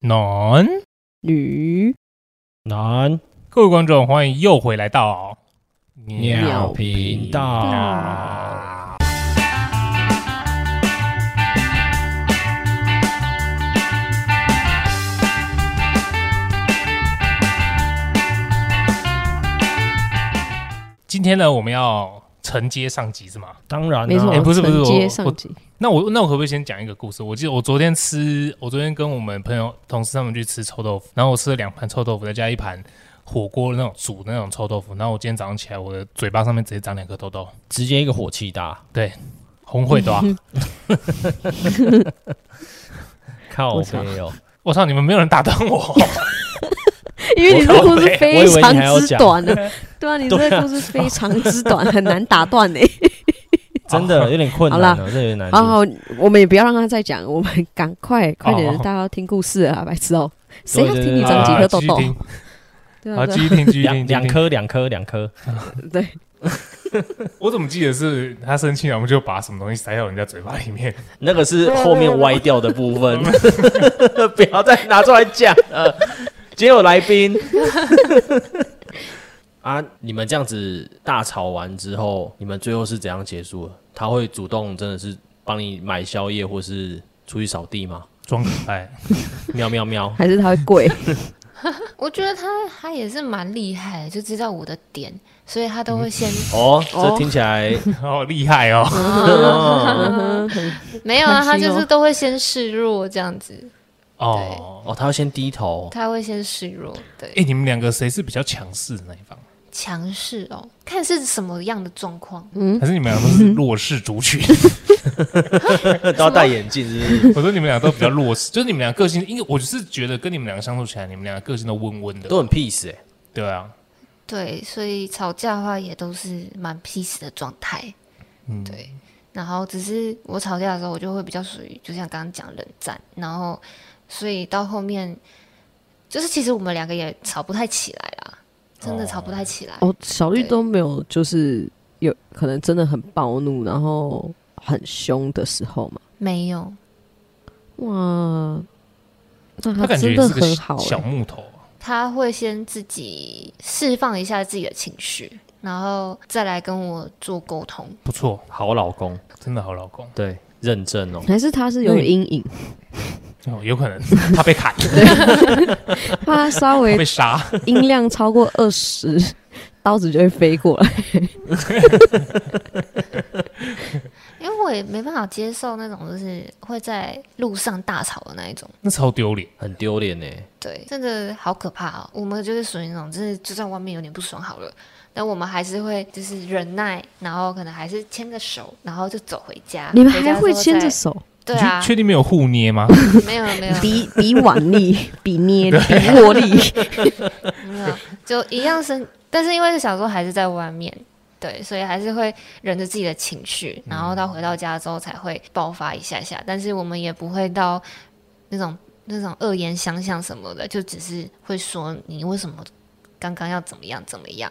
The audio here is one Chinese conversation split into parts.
暖，驴男各位观众，欢迎又回来到鸟频道，啊！今天呢，我们要承接上集是吗？当然啊没错，啦哎不是不是承接我上集，那我那我可不可以先讲一个故事？我记得我昨天吃，我昨天跟我们朋友同事他们去吃臭豆腐，然后我吃了两盘臭豆腐，再加一盘火锅那种煮那种臭豆腐，然后我今天早上起来，我的嘴巴上面直接长两颗痘痘，直接一个火气大，红会的、啊。嗯靠我操背哦，我操，你们没有人打断我，哦因为你这故事非常之 我短的，对啊，你这个故事非常之短，很难打断 呢。真的有点困难了，这有点难然度。后我们也不要让他再讲，我们 赶快快点哦，大家要听故事啊，白痴哦，谁要对对听 对你长几啊颗痘痘继？续对听啊，好，继对续听，继续听，继续听两两。颗两颗两颗，啊对，我怎么记得是他生气了，我们就把什么东西塞到人家嘴巴里面？那个是后面歪掉的部分， 不要再拿出来讲了。今天有 来宾啊，你们这样子大吵完之后，你们最后是怎样结束的？他会主动真的是帮你买宵夜，或是出去扫地吗？装可爱， 喵喵喵，还是他会跪，我觉得他他也是蛮厉害的，就知道我的点，所以他都嗯会先、哦，哦这听起来好厉害哦！哦嗯 没有啊，很他细哦就是都会先示弱这样子，哦，哦，他要先低头，他会先示弱，对，哎，你们两个谁是比较强势的那一方？强势哦，看是什么样的状况，嗯还是你们俩都是弱势族群？都要戴眼镜，是不是？ 我说你们俩都比较弱势，就是你们俩个性，因为我是觉得跟你们两个相处起来，你们两个个性都温温的。 都很 peace 哎、对啊，对，所以吵架的话也都是蛮 peace 的状态，嗯对。然后只是我吵架的时候，我就会比较属于，就像刚刚讲冷战，然后所以到后面，就是其实我们两个也吵不太起来啦，真的吵不太起来。哦，小绿都没有，就是有可能真的很暴怒，然后很凶的时候嘛，没有，哇，他那他感觉啊真也的是个很好小小欸，木头啊。他会先自己释放一下自己的情绪，然后再来跟我做沟通。不错，好老公，真的好老公，对，认证哦。还是他是有阴影，哦有可能他被 砍，怕他稍他 微被杀，音量超过二十， 刀子就会飞过来。因为我也没办法接受那种就是会在路上大吵的那一种，那超丢脸。很丢脸欸呢，对，真的好可怕哦。我们就是属于那种，就是就算外面有点不爽好了，但我们还是会就是忍耐，然后可能还是牵个手，然后就走回家。你们啊回家还之会后牵再着？手，对你啊确，确定没有互捏吗？没有没有比比腕 力，比捏力，比握力。没有，就一样生，但是因为小时候还是在外面，对，所以还是会忍着自己的情绪，然后到回到家之后才会爆发一下下。但是我们也不会到那种那种恶言相向什么的，就只是会说你为什么刚刚要怎么样怎么样。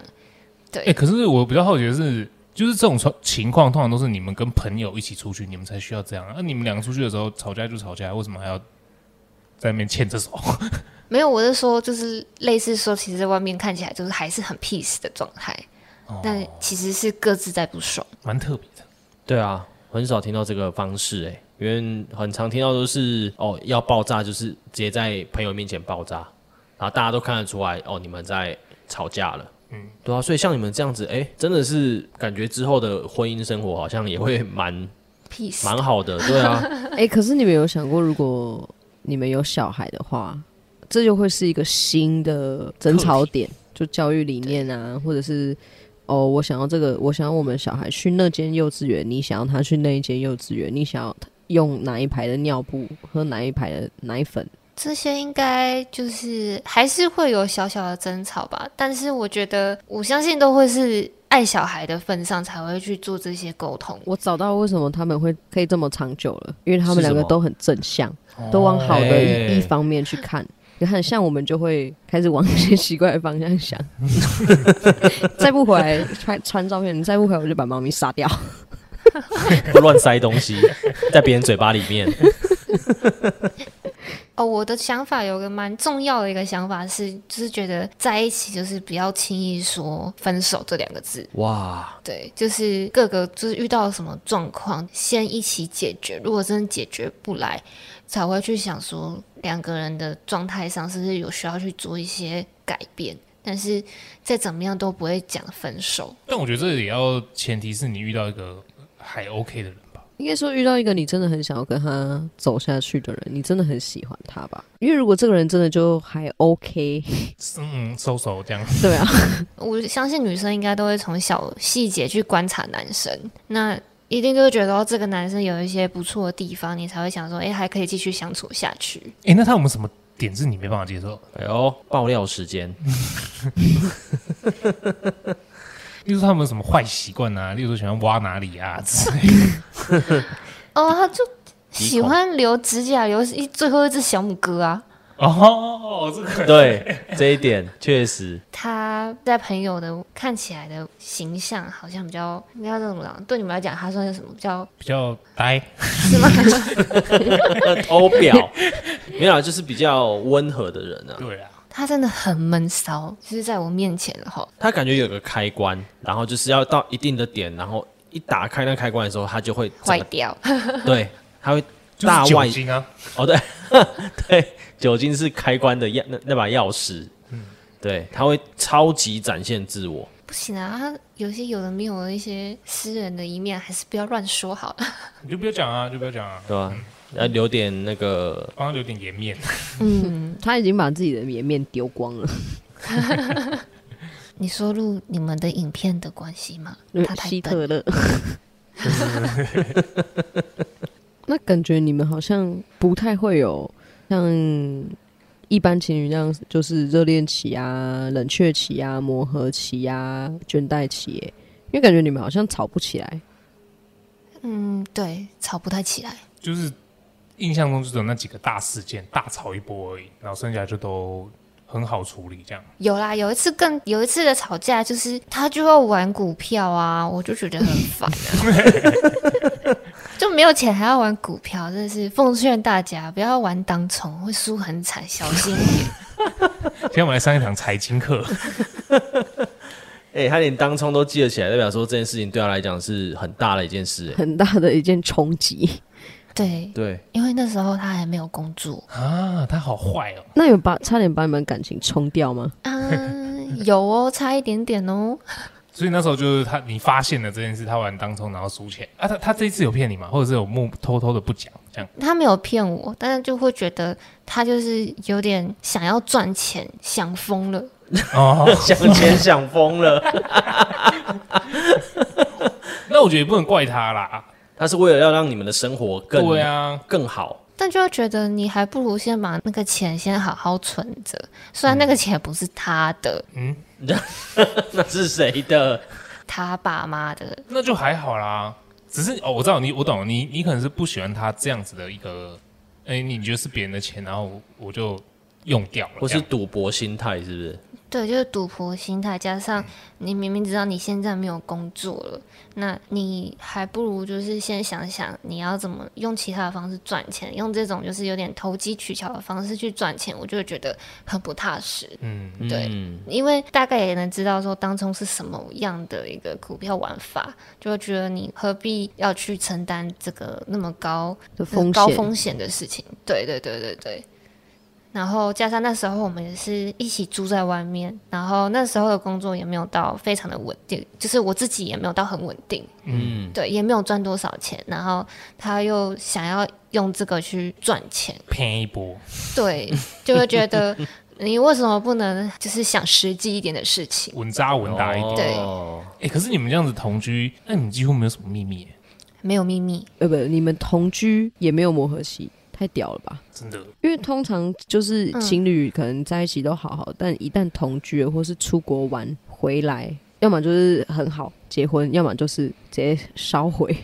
对，哎、可是我比较好奇的是，就是这种情情况，通常都是你们跟朋友一起出去，你们才需要这样啊。那你们两个出去的时候吵架就吵架，为什么还要在那边牵着手？ 没有，我是说就是类似说，其实在外面看起来就是还是很 peace 的状态，但其实是各自在不爽。蛮特别的。对啊，很少听到这个方式哎，因为很常听到都是哦要爆炸，就是直接在朋友面前爆炸，然后大家都看得出来哦你们在吵架了。嗯，对啊，所以像你们这样子，哎，真的是感觉之后的婚姻生活好像也会蛮 peace 蛮好的，对啊， 哎、可是你们有想过，如果你们有小孩的话，这就会是一个新的争吵点，就教育理念啊，或者是哦，我想要这个，我想要我们小孩去那间幼稚园，你想要他去那一间幼稚园，你想要他用哪一排的尿布，喝哪一排的奶粉，这些应该就是还是会有小小的争吵吧，但是我觉得我相信都会是爱小孩的份上才会去做这些沟通。我找到为什么他们会可以这么长久了，因为他们两个是什么哦都很正向，都往好的哎一一方面去看。你看，像我们就会开始往一些奇怪的方向 想，再不回来传传照片，你再不回来我就把猫咪杀掉。不乱塞东西在别人嘴巴里面。哦，我的想法有个蛮重要的一个想法是，就是觉得在一起就是不要轻易说分手这两个字。哇，对，就是各个就是遇到什么状况，先一起解决。如果真的解决不来，才会去想说两个人的状态上是不是有需要去做一些改变。但是再怎么样都不会讲分手。但我觉得这也要前提是你遇到一个还 OK 的人吧。应该说遇到一个你真的很想要跟他走下去的人，你真的很喜欢他吧？因为如果这个人真的就还 OK，嗯，收手这样。对啊，我相信女生应该都会从小细节去观察男生，那一定就会觉得哦，这个男生有一些不错的地方，你才会想说，哎，还可以继续相处下去。哎、那他有没有什么点是你没办法接受？哎呦，爆料时 间，例如说他有没有什么坏习惯啊？例如说喜欢挖哪里啊之类的。 哦，他就鼻孔喜欢留指甲，留一最后一只小拇哥啊。哦，这个对这一点确实，他在朋友的看起来的形象好像比较，应该这种讲，对你们来讲，他算是什么比较比较呆。是吗？偷表 没有啊，就是比较温和的人啊。对啊，他真的很闷骚，就是在我面前的话，他感觉有个开关，然后就是要到一定的点，然后一打开那开关的时候，他就会整坏个掉。 对，他 会就是大酒外精啊，哦，对 对，酒精是开关的钥那那把钥匙，对，他会超级展现自我。 不行啊，他有些有的没有的一些私人的一面，还是不要乱说好了。 你就不要讲啊，就不要讲啊，对吧、要留点那个，帮他留点颜面。他已经把自己的颜面丢光了，你说录你们的影片的关系吗？他太希嗯笨，特勒。 那感觉你们好像不太会有像一般情侣那样，就是热恋期啊、冷却期啊、磨合期啊、倦怠期耶，因为感觉你们好像吵不起来。嗯，对，吵不太起来。就是印象中就只有那几个大事件，大吵一波而已，然后剩下就都很好处理这样。有啦，有一次更有一次的吵架，就是他就要玩股票啊，我就觉得很烦啊，就没有钱还要玩股票，真的是奉劝大家不要玩当冲，会输很惨，小心一点。今天我们来上一堂财经课，哎、他连当冲都记得起来，代表说这件事情对他来讲是很大的一件事、哎，很大的一件冲击。 对，对，因为那时候他还没有工作，啊，他好坏哦，那有把差点把你们感情冲掉吗？嗯，有哦，差一点点哦，所以那时候就是他，你发现了这件事，他玩当冲然后输钱啊，他他这一次有骗你吗？或者是有默偷偷的不讲这样？ 他没有骗我，但是就会觉得他就是有点想要赚钱，想疯了。哦， 想钱想疯了，那我觉得也不能怪他啦， 他是为了要让你们的生活更对啊，更好，但就会觉得你还不如先把那个钱先好好存着，虽然那个钱不是他的， 那是谁的？他爸妈的，那就还好啦。只是哦，我知道你，我懂你，你可能是不喜欢他这样子的一个，哎、你觉得是别人的钱，然后我我就用掉了，或这是样赌博心态是不是？对，就是赌博心态，加上你明明知道你现在没有工作了，那你还不如就是先想想你要怎么用其他的方式赚钱，用这种就是有点投机取巧的方式去赚钱，我就会觉得很不踏实。嗯，对嗯因为大概也能知道说当中是什么样的一个股票玩法，就会觉得你何必要去承担这个那么高的风高险，风险的事情。对对对对对。然后加上那时候我们也是一起住在外面，然后那时候的工作也没有到非常的稳定，就是我自己也没有到很稳定，嗯，对，也没有赚多少钱。然后他又想要用这个去赚钱，骗一波。 对，就会觉得你为什么不能就是想实际一点的事情？稳扎稳打一点。对哦哎、可是你们这样子同居，那你们几乎没有什么秘密耶、没有秘密，呃，不，你们同居也没有磨合期，太屌了吧？真的。因为通常就是嗯情侣可能在一起都好好，但一旦同居了或是出国玩回来，要么就是很好结婚，要么就是直接烧毁。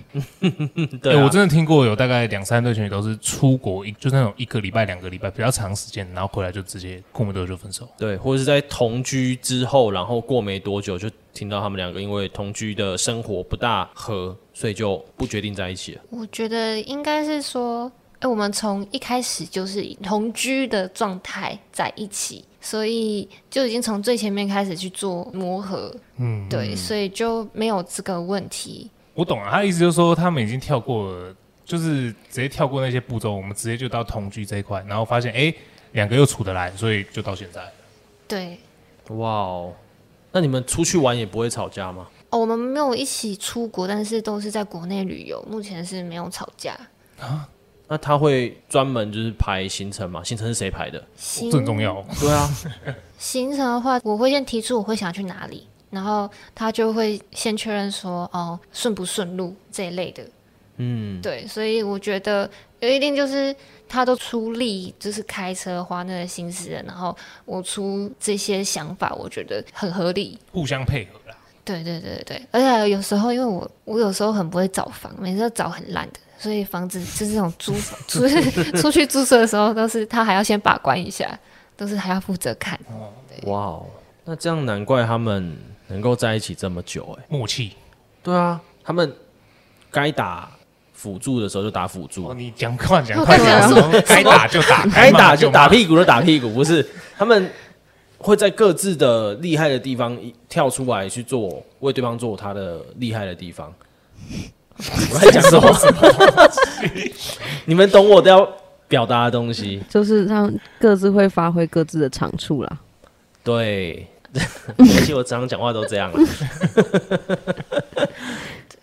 对欸啊、我真的听过有大概两三对情侣都是出国一，就是那种一个礼拜、两个礼拜比较长时间，然后回来就直接过没多久就分手。对，或者是在同居之后，然后过没多久就听到他们两个因为同居的生活不大合，所以就不决定在一起了。我觉得应该是说哎，我们从一开始就是以同居的状态在一起，所以就已经从最前面开始去做磨合，嗯，对，所以就没有这个问题。我懂啊了、他的意思就是说他们已经跳过了，就是直接跳过那些步骤，我们直接就到同居这一块，然后发现哎，两个又处得来，所以就到现在。对，哇哦，那你们出去玩也不会吵架吗？哦，我们没有一起出国，但是都是在国内旅游，目前是没有吵架。那他会专门就是排行程吗？行程是谁排的？行这很重要。对 啊，行程的话，我会先提出我会想去哪里，然后他就会先确认说哦顺不顺路这一类的。嗯，对，所以我觉得有一定就是他都出力，就是开车花那个心思了，然后我出这些想法，我觉得很合理。互相配合啦。对对对对对，而且有时候因为我我有时候很不会找房，每次都找很烂的，所以房子就是这种租租出去租车的时候，都是他还要先把关一下，都是还要负责看。哇哦，那这样难怪他们能够在一起这么久哎、默契 对啊，他们该打辅助的时候就打辅哦，助，你讲快讲 我快刚讲想，该打就打，该打就 打该屁股就打屁股，不是他们会在各自的厉害的地方一跳出来去做，为对方做他的厉害的地方。我在讲什么？你们懂我都要表达的东西，就是他们各自会发挥各自的长处啦。对，而且我常常讲话都这样啊，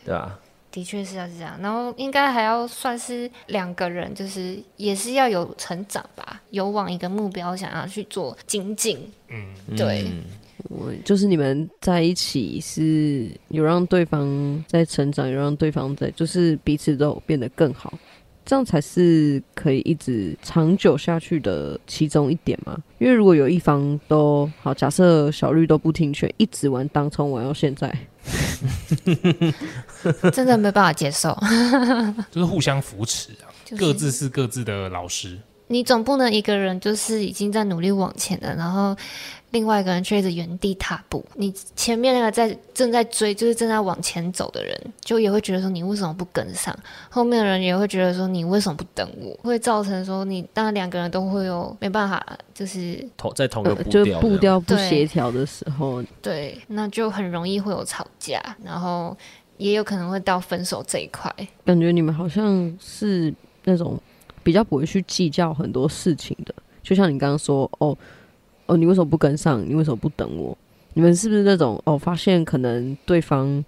对啊吧、的确是要是这样，然后应该还要算是两个人，就是也是要有成长吧，有往一个目标想要去做精进。嗯，对，我就是你们在一起是有让对方在成长，有让对方在就是彼此都有变得更好，这样才是可以一直长久下去的其中一点嘛。因为如果有一方都好，假设小绿都不听劝，一直玩当冲玩到现在，真的没办法接 受。就是互相扶持啊，就是各自是各自的老师。你总不能一个人就是已经在努力往前了，然后另外一个人却一直原地踏步。你前面那个在正在追，就是正在往前走的人，就也会觉得说你为什么不跟上？后面的人也会觉得说你为什么不等我？会造成说你当然两个人都会有没办法，就是同在同一个呃哦步就是调这样，步调不对协调的时候，对，那就很容易会有吵架，然后也有可能会到分手这一块。感觉你们好像是那种比较不会去计较很多事情的，就像你刚刚说，哦哦，你为什么不跟上？你为什么不等我？你们是不是那种哦，发现可能对方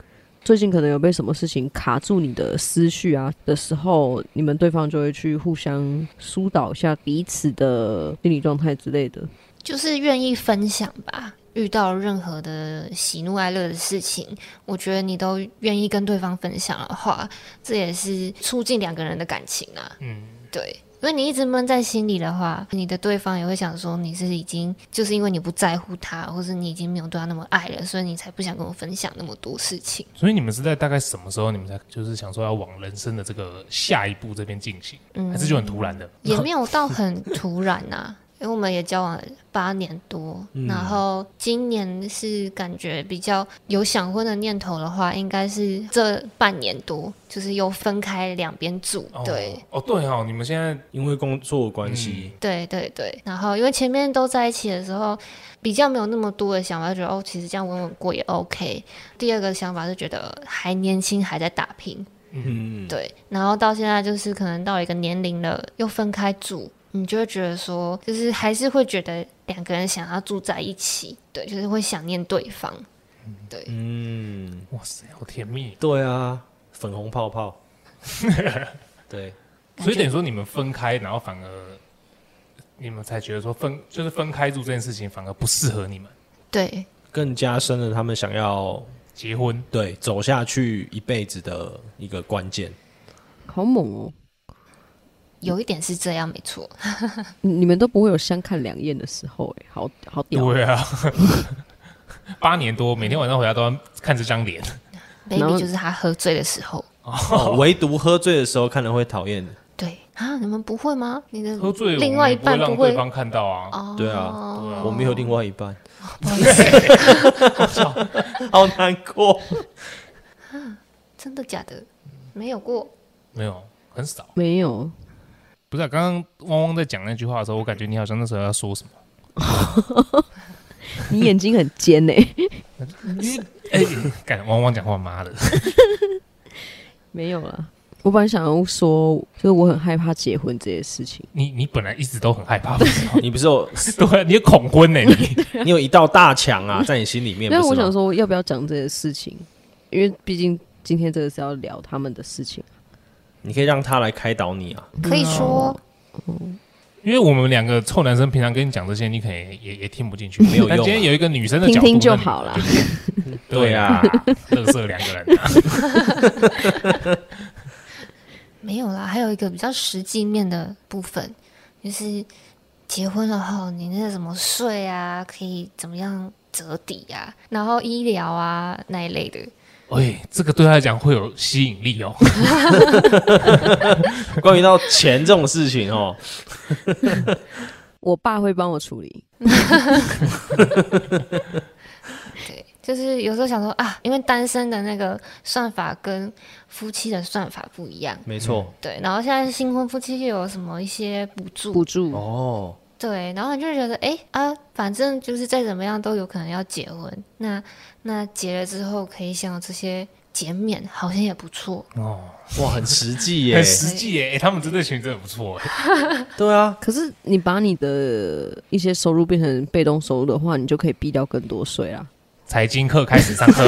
最近可能有被什么事情卡住你的思绪啊的时候，你们对方就会去互相疏导一下彼此的心理状态之类的。就是愿意分享吧。遇到任何的喜怒哀乐的事情，我觉得你都愿意跟对方分享的话，这也是促进两个人的感情啊。嗯，对，因为你一直闷在心里的话，你的对方也会想说你是已经就是因为你不在乎他，或是你已经没有对他那么爱了，所以你才不想跟我分享那么多事情。所以你们是在大概什么时候，你们才就是想说要往人生的这个下一步这边进行，嗯还是就很突然的？也没有到很突然呐、因为我们也交往了八年多，然后今年是感觉比较有想婚的念头的话，应该是这半年多，就是又分开两边住，哦嗯对。，哦对哦，你们现在因为工作关系系，对对对，然后因为前面都在一起的时候，比较没有那么多的想法，就觉得哦，其实这样稳稳过也 OK。第二个想法是觉得还年轻，还在打拼，嗯，对，然后到现在就是可能到一个年龄了，又分开住，你就会觉得说，就是还是会觉得两个人想要住在一起，对，就是会想念对方，对，嗯，哇塞，好甜蜜。对啊，粉红泡 泡，对，感觉所以等于说你们分开，然后反而你们才觉得说分就是分开住这件事情反而不适合你们对，更加深了他们想要结婚。对走下去一辈子的一个关键。好猛哦！有一点是这样，没错。你你们都不会有相看两厌的时候、欸，好好屌哦。对啊， 八年多，每天晚上回家都要看这张脸。嗯然后 baby 就是他喝醉的时候，哦 唯独喝醉的时候看了会讨厌，对啊，你们不会吗？你的喝醉，另外一半我们也不不会会让对方看到啊。哦，对啊我没有另外一半，不好意思 好难过。真的假的？没有过，没有，很少。没有，不是、啊，刚刚汪汪在讲那句话的时候，我感觉你好像那时候要说什么。你眼睛很尖欸呢、嗯 哎、干汪汪讲话，妈的！没有啦，我本来想要说，就是我很害怕结婚这些事情。你你本来一直都很害怕，不 是吗你不是有对啊，你恐婚呢、你你有一道大墙 啊，在你心里面。但不我是吗想说，要不要讲这些事情？因为毕竟今天这个是要聊他们的事情。你可以让他来开导你啊。可以说因为我们两个臭男生平常跟你讲这些，你可能也也也听不进去，没有但用啊今天有一个女生的听角度，听就那你好啦就觉得。 对啊，乐色两个人、啊，没有啦，还有一个比较实际面的部分，就是结婚了后，你那个什么税啊，可以怎么样折抵啊，然后医疗啊那一类的，喂， 这个对他来讲会有吸引力哦。关于到钱这种事情哦，我爸会帮我处理，对，就是有时候想说啊，因为单身的那个算法跟夫妻的算法不一样，没错。对，然后现在新婚夫妻又有什么一些补助，补助。哦，对，然后你就会觉得哎啊，反正就是再怎么样都有可能要结婚，那那结了之后可以享有这些减免，好像也不错。哦，哇，很实际耶很。实际耶、哎他们真的群真的不错、哎对啊，可是你把你的一些收入变成被动收入的话，你就可以避掉更多税啊啦。财经课开始上课，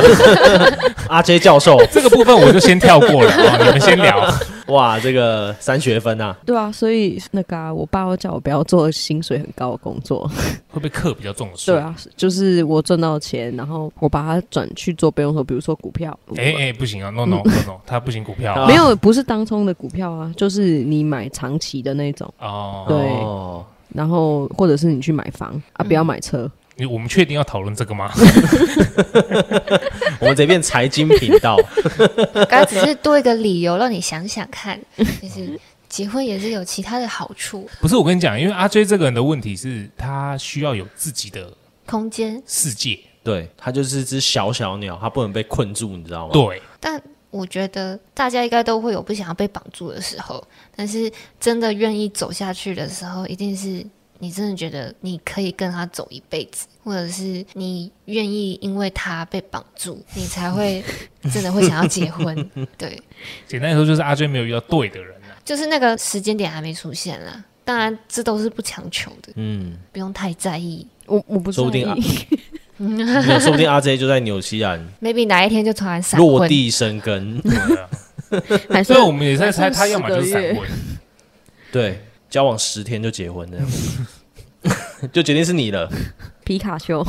阿 J 教授，这个部分我就先跳过了啊、哦，你们先聊。哇，这个三学分啊，对啊，所以那个、啊、我爸会叫我不要做薪水很高的工作。会不会课比较重视？ 对，啊，就是我赚到钱，然后我把它转去做备用收，比如说股票。哎、哎、不行啊，no no no no，他不行股票、啊没有，不是当冲的股票啊，就是你买长期的那种，哦。对哦然后或者是你去买房啊，嗯不要买车。你我们确定要讨论这个吗？ 我们这边财经频道， 刚刚只是多一个理由让你想想看，就是结婚也是有其他的好处，不是，我跟你讲，因为阿 J 这个人的问题是他需要有自己的空间。世界。对，它就是只小小鸟，它不能被困住，你知道吗？对，但我觉得大家应该都会有不想要被绑住的时候，但是真的愿意走下去的时候，一定是你真的觉得你可以跟他走一辈子，或者是你愿意因为他被绑住，你才会真的会想要结婚。 对，简单来说就是阿 J 没有遇到对的人啊。就是那个时间点还没出现啦。当然，这都是不强求的，嗯，不用太在意。我我不说不在定啊意 没有说不定阿 J 就在纽西兰 maybe 哪一天就突然闪落婚，地生根，对啊还是所以我们也在猜还剩他要么就是10个闪月婚，对，交往十天就结婚这样， 就决定是你了。皮卡丘。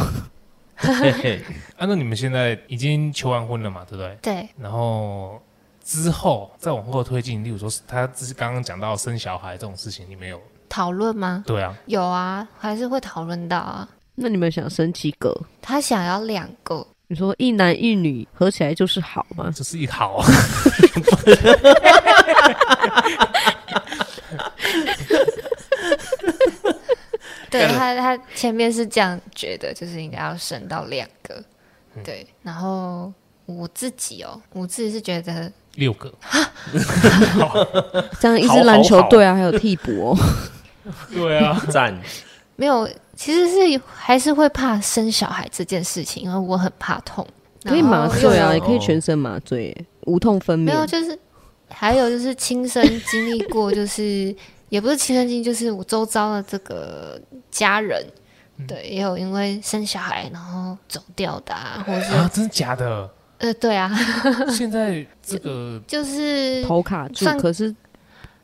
嘿嘿，啊，那你们现在已经求完婚了嘛，对不对？对，然后之后再往后推进，例如说他只是刚刚讲到生小孩这种事情，你没有？讨论吗？对啊，有啊，还是会讨论到啊。那你们想生几个？他想要两个，你说一男一女合起来就是好吗？这是一好 啊。对嗯他，他前面是这样觉得，就是应该要生到两个，嗯对。然后我自己哦，我自己是觉得六个，这样一支篮球队啊，还有替 补哦。对啊，赞，没有，其实是还是会怕生小孩这件事情，因为我很怕痛，可以麻醉然啊，哦后也又可以全身麻醉耶，无痛 分没有，娩。就是还有就是亲身经历过，就是也不是亲身经历，就是我周遭的这个家人，嗯对，也有因为生小孩然后走掉的、啊，或者是、啊，真的假的？呃，对啊，现在这个就是头卡住，上可是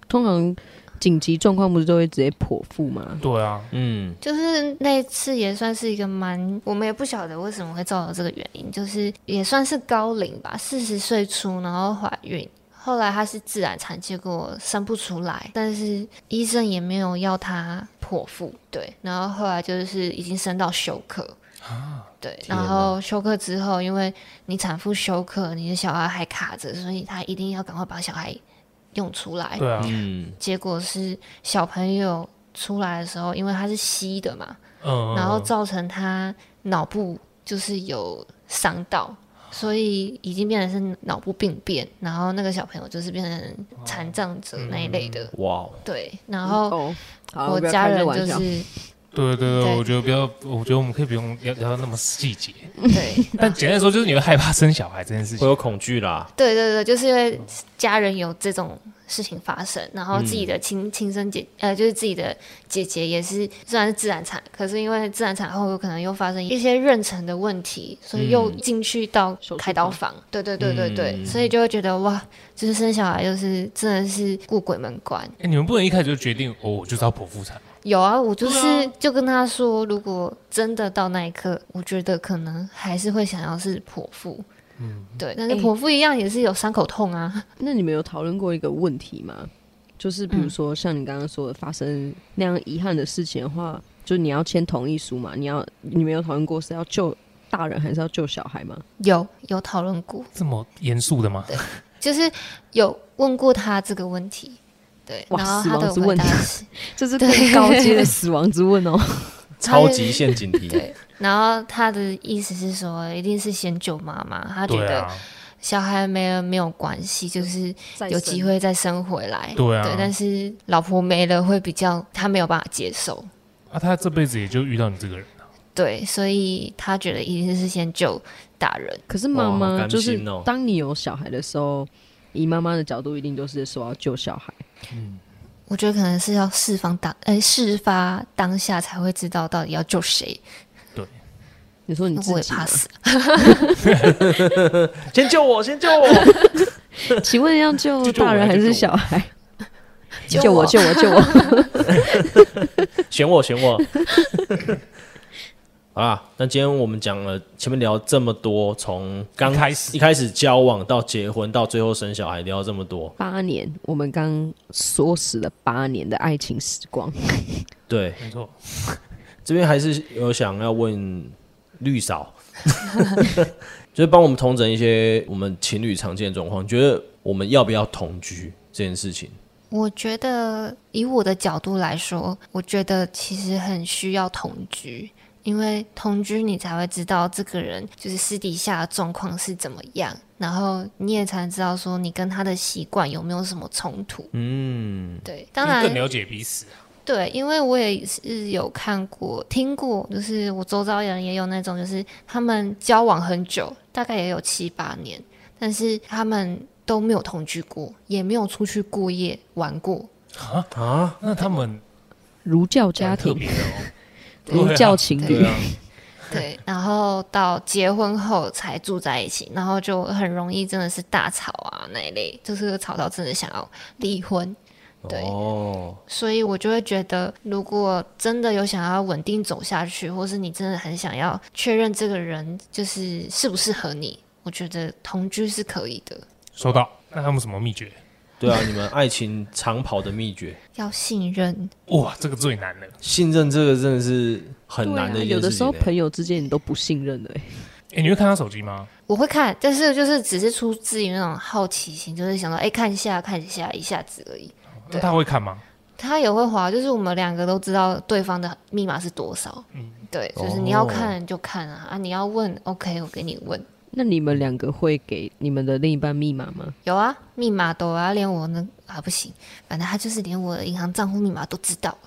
通常紧急状况不是都会直接剖腹吗？对啊，嗯，就是那次也算是一个蛮，我们也不晓得为什么会造成这个原因，就是也算是高龄吧，四十岁初，然后怀孕。后来她是自然产，结果生不出来，但是医生也没有要她剖腹，对。然后后来就是已经生到休克，对。啊天然哪后休克之后，因为你产妇休克，你的小孩还卡着，所以她一定要赶快把小孩用出来。对啊，嗯，结果是小朋友出来的时候，因为他是吸的嘛，嗯，然后造成他脑部就是有伤到，所以已经变成是脑部病变，然后那个小朋友就是变成残障者那一类的，哇哦，对，然后哦，好，我不要家开这人玩就笑 是对对对，对我觉得不要，我觉得我们可以不用要聊到那么细节。对。但简单来说，就是你会害怕生小孩这件事会情。有恐惧啦。对对对，就是因为家人有这种事情发生，然后自己的亲亲生姐呃，就是自己的姐姐也是虽然是自然产，可是因为自然产后有可能又发生一些妊娠的问题，所以又进去到手术开刀房。对对对对对，嗯所以就会觉得哇，就是生小孩就是真的是过鬼门关。哎、你们不能一开始就决定哦，我就是要剖腹产。有啊，我就是、对就跟他说，如果真的到那一刻，我觉得可能还是会想要是剖腹。嗯，对，但是哎剖腹一样也是有伤口痛啊。那你们有讨论过一个问题吗？就是嗯比如说像你刚刚说的，发生那样遗憾的事情的话，就你要签同意书嘛？你要你们有讨论过是要救大人还是要救小孩吗？有有讨论过，这么严肃的吗？就是有问过他这个问题，对，哇然后死他的亡之回问答题是， 这是更对高阶的死亡之问 哦。超级陷阱题，对，然后他的意思是说，一定是先救妈妈，他觉对得啊，小孩没了没有关系，就是有机会再生回来，对啊但是老婆没了会比较他没有办法接受，啊，他这辈子也就遇到你这个人了。对，所以他觉得一定是先救大人，可是妈哇好妈甘就是心哦当你有小孩的时候，以妈妈的角度，一定都是说要救小孩。我觉得可能是要释放当，哎，事发当下才会知道到底要救谁，你说你自我也己吗怕，死，先救我，先救我。 请问要救就救我大人啊还就是救小我孩？ 救救我！我救我！救我！ 选我，选我。 好啦，那今天我们讲了前面聊这么多，从刚一开始一开始交往到结婚到最后生小孩，聊这么多，八年，我们刚唆使了八年的爱情时光。对，没错，这边还是有想要问绿嫂， 就是帮我们统整一些我们情侣常见的状况，你觉得我们要不要同居这件事情？我觉得以我的角度来说，我觉得其实很需要同居，因为同居你才会知道这个人就是私底下的状况是怎么样，然后你也才能知道说你跟他的习惯有没有什么冲突。嗯，对，当就是然更了解彼此。对，因为我也是有看过、听过，就是我周遭人也有那种，就是他们交往很久，大概也有七八年，但是他们都没有同居过，也没有出去过夜玩过。啊，那他们儒教家蛮特庭， 别的哦，儒教情对侣对，啊，对，然后到结婚后才住在一起，然后就很容易真的是大吵啊那一类，就是吵到真的想要离婚。对哦，所以我就会觉得，如果真的有想要稳定走下去，或是你真的很想要确认这个人就是适不适合你，我觉得同居是可以的，收到。那他们什么秘诀？对啊，你们爱情长跑的秘诀，要信任。哇，这个最难了。信任这个真的是很对难啊，的一有件的事时情候欸、朋友之间你都不信任的欸、哎、你会看他手机吗？我会看，但是就是只是出自于那种好奇心，就是想说，哎，看一下看一下，一下子而已。那他会看吗？他也会滑，就是我们两个都知道对方的密码是多少。嗯，对，就是你要哦看就看啊，啊，你要问，OK，我给你问。那你们两个会给你们的另一半密码吗？ 有啊，密码都有啊，连我呢啊不行，反正他就是连我的银行账户密码都知道。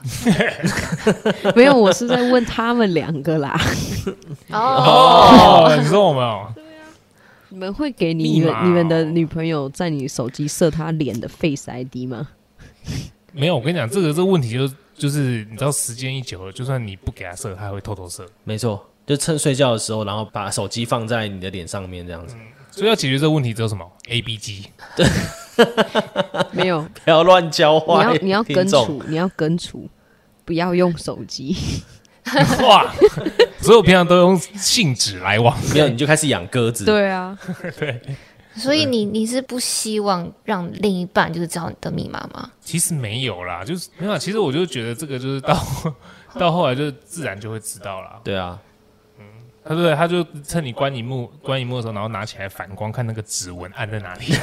没有，我是在问他们两个啦。 哦，你说我们哦， 你们会给你密们码哦你们的女朋友在你手机设她脸的 Face ID 吗？没有，我跟你讲，这个这个问题就是就是，你知道时间一久了，就算你不给他射，他还会偷偷射。没错，就趁睡觉的时候，然后把手机放在你的脸上面这样子，嗯所以要解决这个问题，只有什么？A B 机。没有， 不要乱交你要换。你要听根众除，你要根除，不要用手机。哇，所以我平常都用信纸来往。没有你就开始养鸽 子。对啊，所以你你是不希望让另一半就是知道你的密码吗？其实没有啦，就是没有啊啦。其实我就觉得这个就是到 到后来就自然就会知道啦。对啊，他对，他就趁你关荧幕关荧幕的时候，然后拿起来反光看那个指纹按在哪里。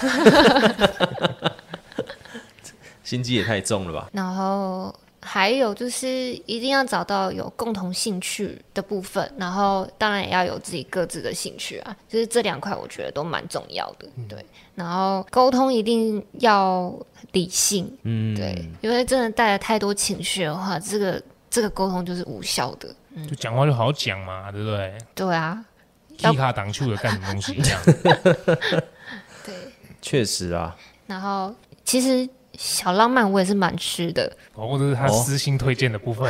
心机也太重了吧？然后还有就是一定要找到有共同兴趣的部分，然后当然也要有自己各自的兴趣啊，就是这两块我觉得都蛮重要的，对。然后沟通一定要理性，嗯，对，因为真的带了太多情绪的话，这个这个沟通就是无效的。就讲话就好好讲嘛，对不对？对啊，一卡挡住了干什么东西这啊样？对。确实啊， 然后其实小浪漫我也是蛮吃的，哦，或者是他私心推荐的部分，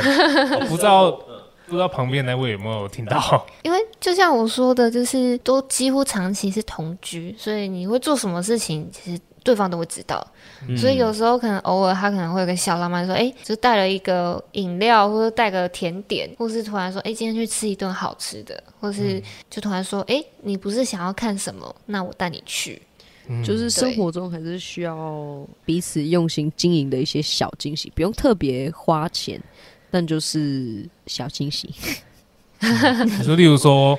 我不知道不知道旁边那位有没有听到？因为就像我说的，就是都几乎长期是同居，所以你会做什么事情，其实对方都会知道。所以有时候可能偶尔他可能会有个小浪漫说，哎、就带了一个饮料，或者带个甜点，或是突然说，哎、今天去吃一顿好吃的，或是就突然说，哎、你不是想要看什么？那我带你去。嗯就是生活中还是需要彼此用心经营的一些小惊喜，不用特别花钱，但就是小惊喜。你说，例如说，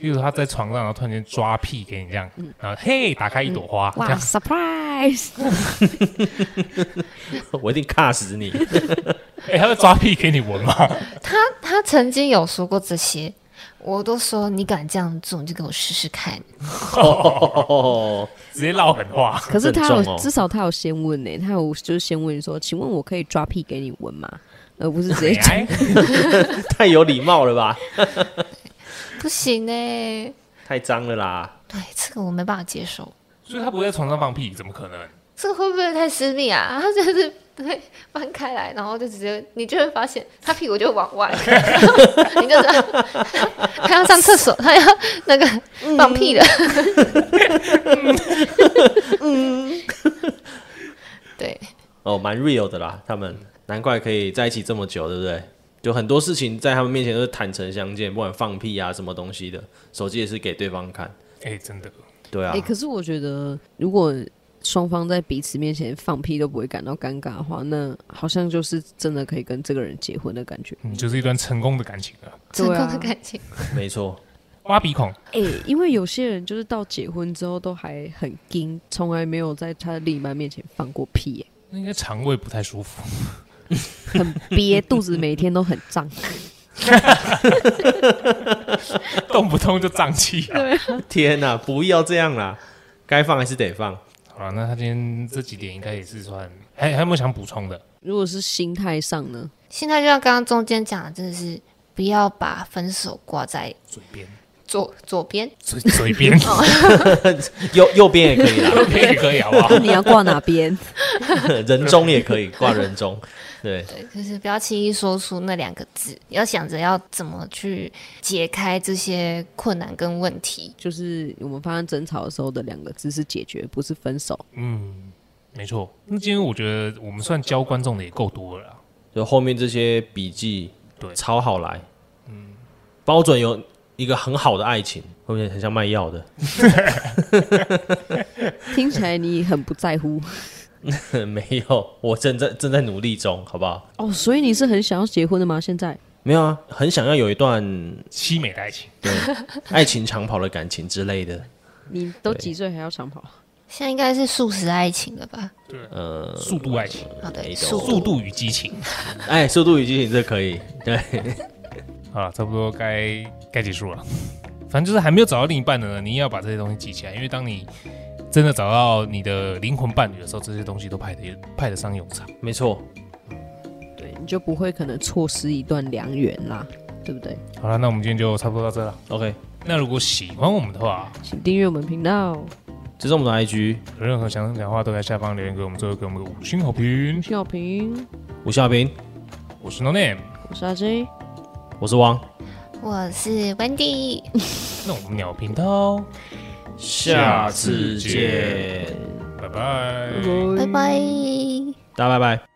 例如他在床上，然后突然间抓屁给你这样，然后嘿，打开一朵花，这哇样，surprise！我一定卡死你。 哎，他在抓屁给你闻吗？他曾经有说过这些，我都说你敢这样做，你就给我试试看。哦，直接唠狠话，可是他很有、重哦至少他有先问呢、他有就是先问说，请问我可以抓屁给你闻吗？而不是直接讲 哎，太有礼貌了吧？不行呢、太脏了啦！对这个我没办法接受，所以他不会在床上放屁，怎么可能？这个会不会太私密啊？ 他就是对翻开来，然后就直接你就会发现他屁股就往 外，然后你就知道 他要上厕所，他要那个放屁了。嗯， 嗯对，啊哦，蛮 real 的啦，他们难怪可以在一起这么久，对不对？就很多事情在他们面前都是坦诚相见，不管放屁啊什么东西的，手机也是给对方看。哎，真的，对啊哎、，可是我觉得，如果双方在彼此面前放屁都不会感到尴尬的话，那好像就是真的可以跟这个人结婚的感觉。嗯，就是一段成功的感情了。成功对的啊感情，没错，挖鼻孔， 哎、因为有些人就是到结婚之后都还很硬，从来没有在他的另一半面前放过屁、那应该肠胃不太舒 服。哎，很 憋，肚子每天都很胀。动不动就胀气啊。天哪、不要这样啦，该放还是得放。好了，那他今天这几点应该也是算，还还有没有想补充的？如果是心态上呢？现在就像刚刚中间讲的，真的是不要把分手挂在嘴边，左左边，嘴哦嘴边， 右右边也可以啦， 都可以可以好不好？你要挂哪边？人中也可以挂人中。对，对，就是不要轻易说出那两个字，要想着要怎么去解开这些困难跟问题。就是我们发生争吵的时候的两个字是解决，不是分手。嗯，没错。那今天我觉得我们算教观众的也够多了啦。就后面这些笔记，对抄好来，嗯，包准有一个很好的爱情，后面很像卖药的，听起来你很不在乎没有，我正在正在努力中，好不好？ 哦，所以你是很想要结婚的吗？现在？没有啊，很想要有一段凄美的爱情，对爱情长跑的感情之类的，你都几岁还要长跑？现在应该是素食爱情了吧？呃，速度爱情，哦，对，没素错速度与激情。哎，速度与激情这可以，对，好啊了，差不多该该结束了。反正就是还没有找到另一半的呢，你也要把这些东西记起来，因为当你真的找到你的灵魂伴侣的时候，这些东西都派得派得上用场。没错，对，你就不会可能错失一段良缘啦，对不对？好了，那我们今天就差不多到这了。 ，OK，那如果喜欢我们的话，请订阅我们频道，这是我们的 IG，有任何想讲话都在下方留言给我们，最后给我们个五星好评。小平，吴夏平，我是 No Name，我是阿 J，我是王，我是 Wendy，那我们鸟频道，下次见，拜拜拜拜拜。大家拜拜。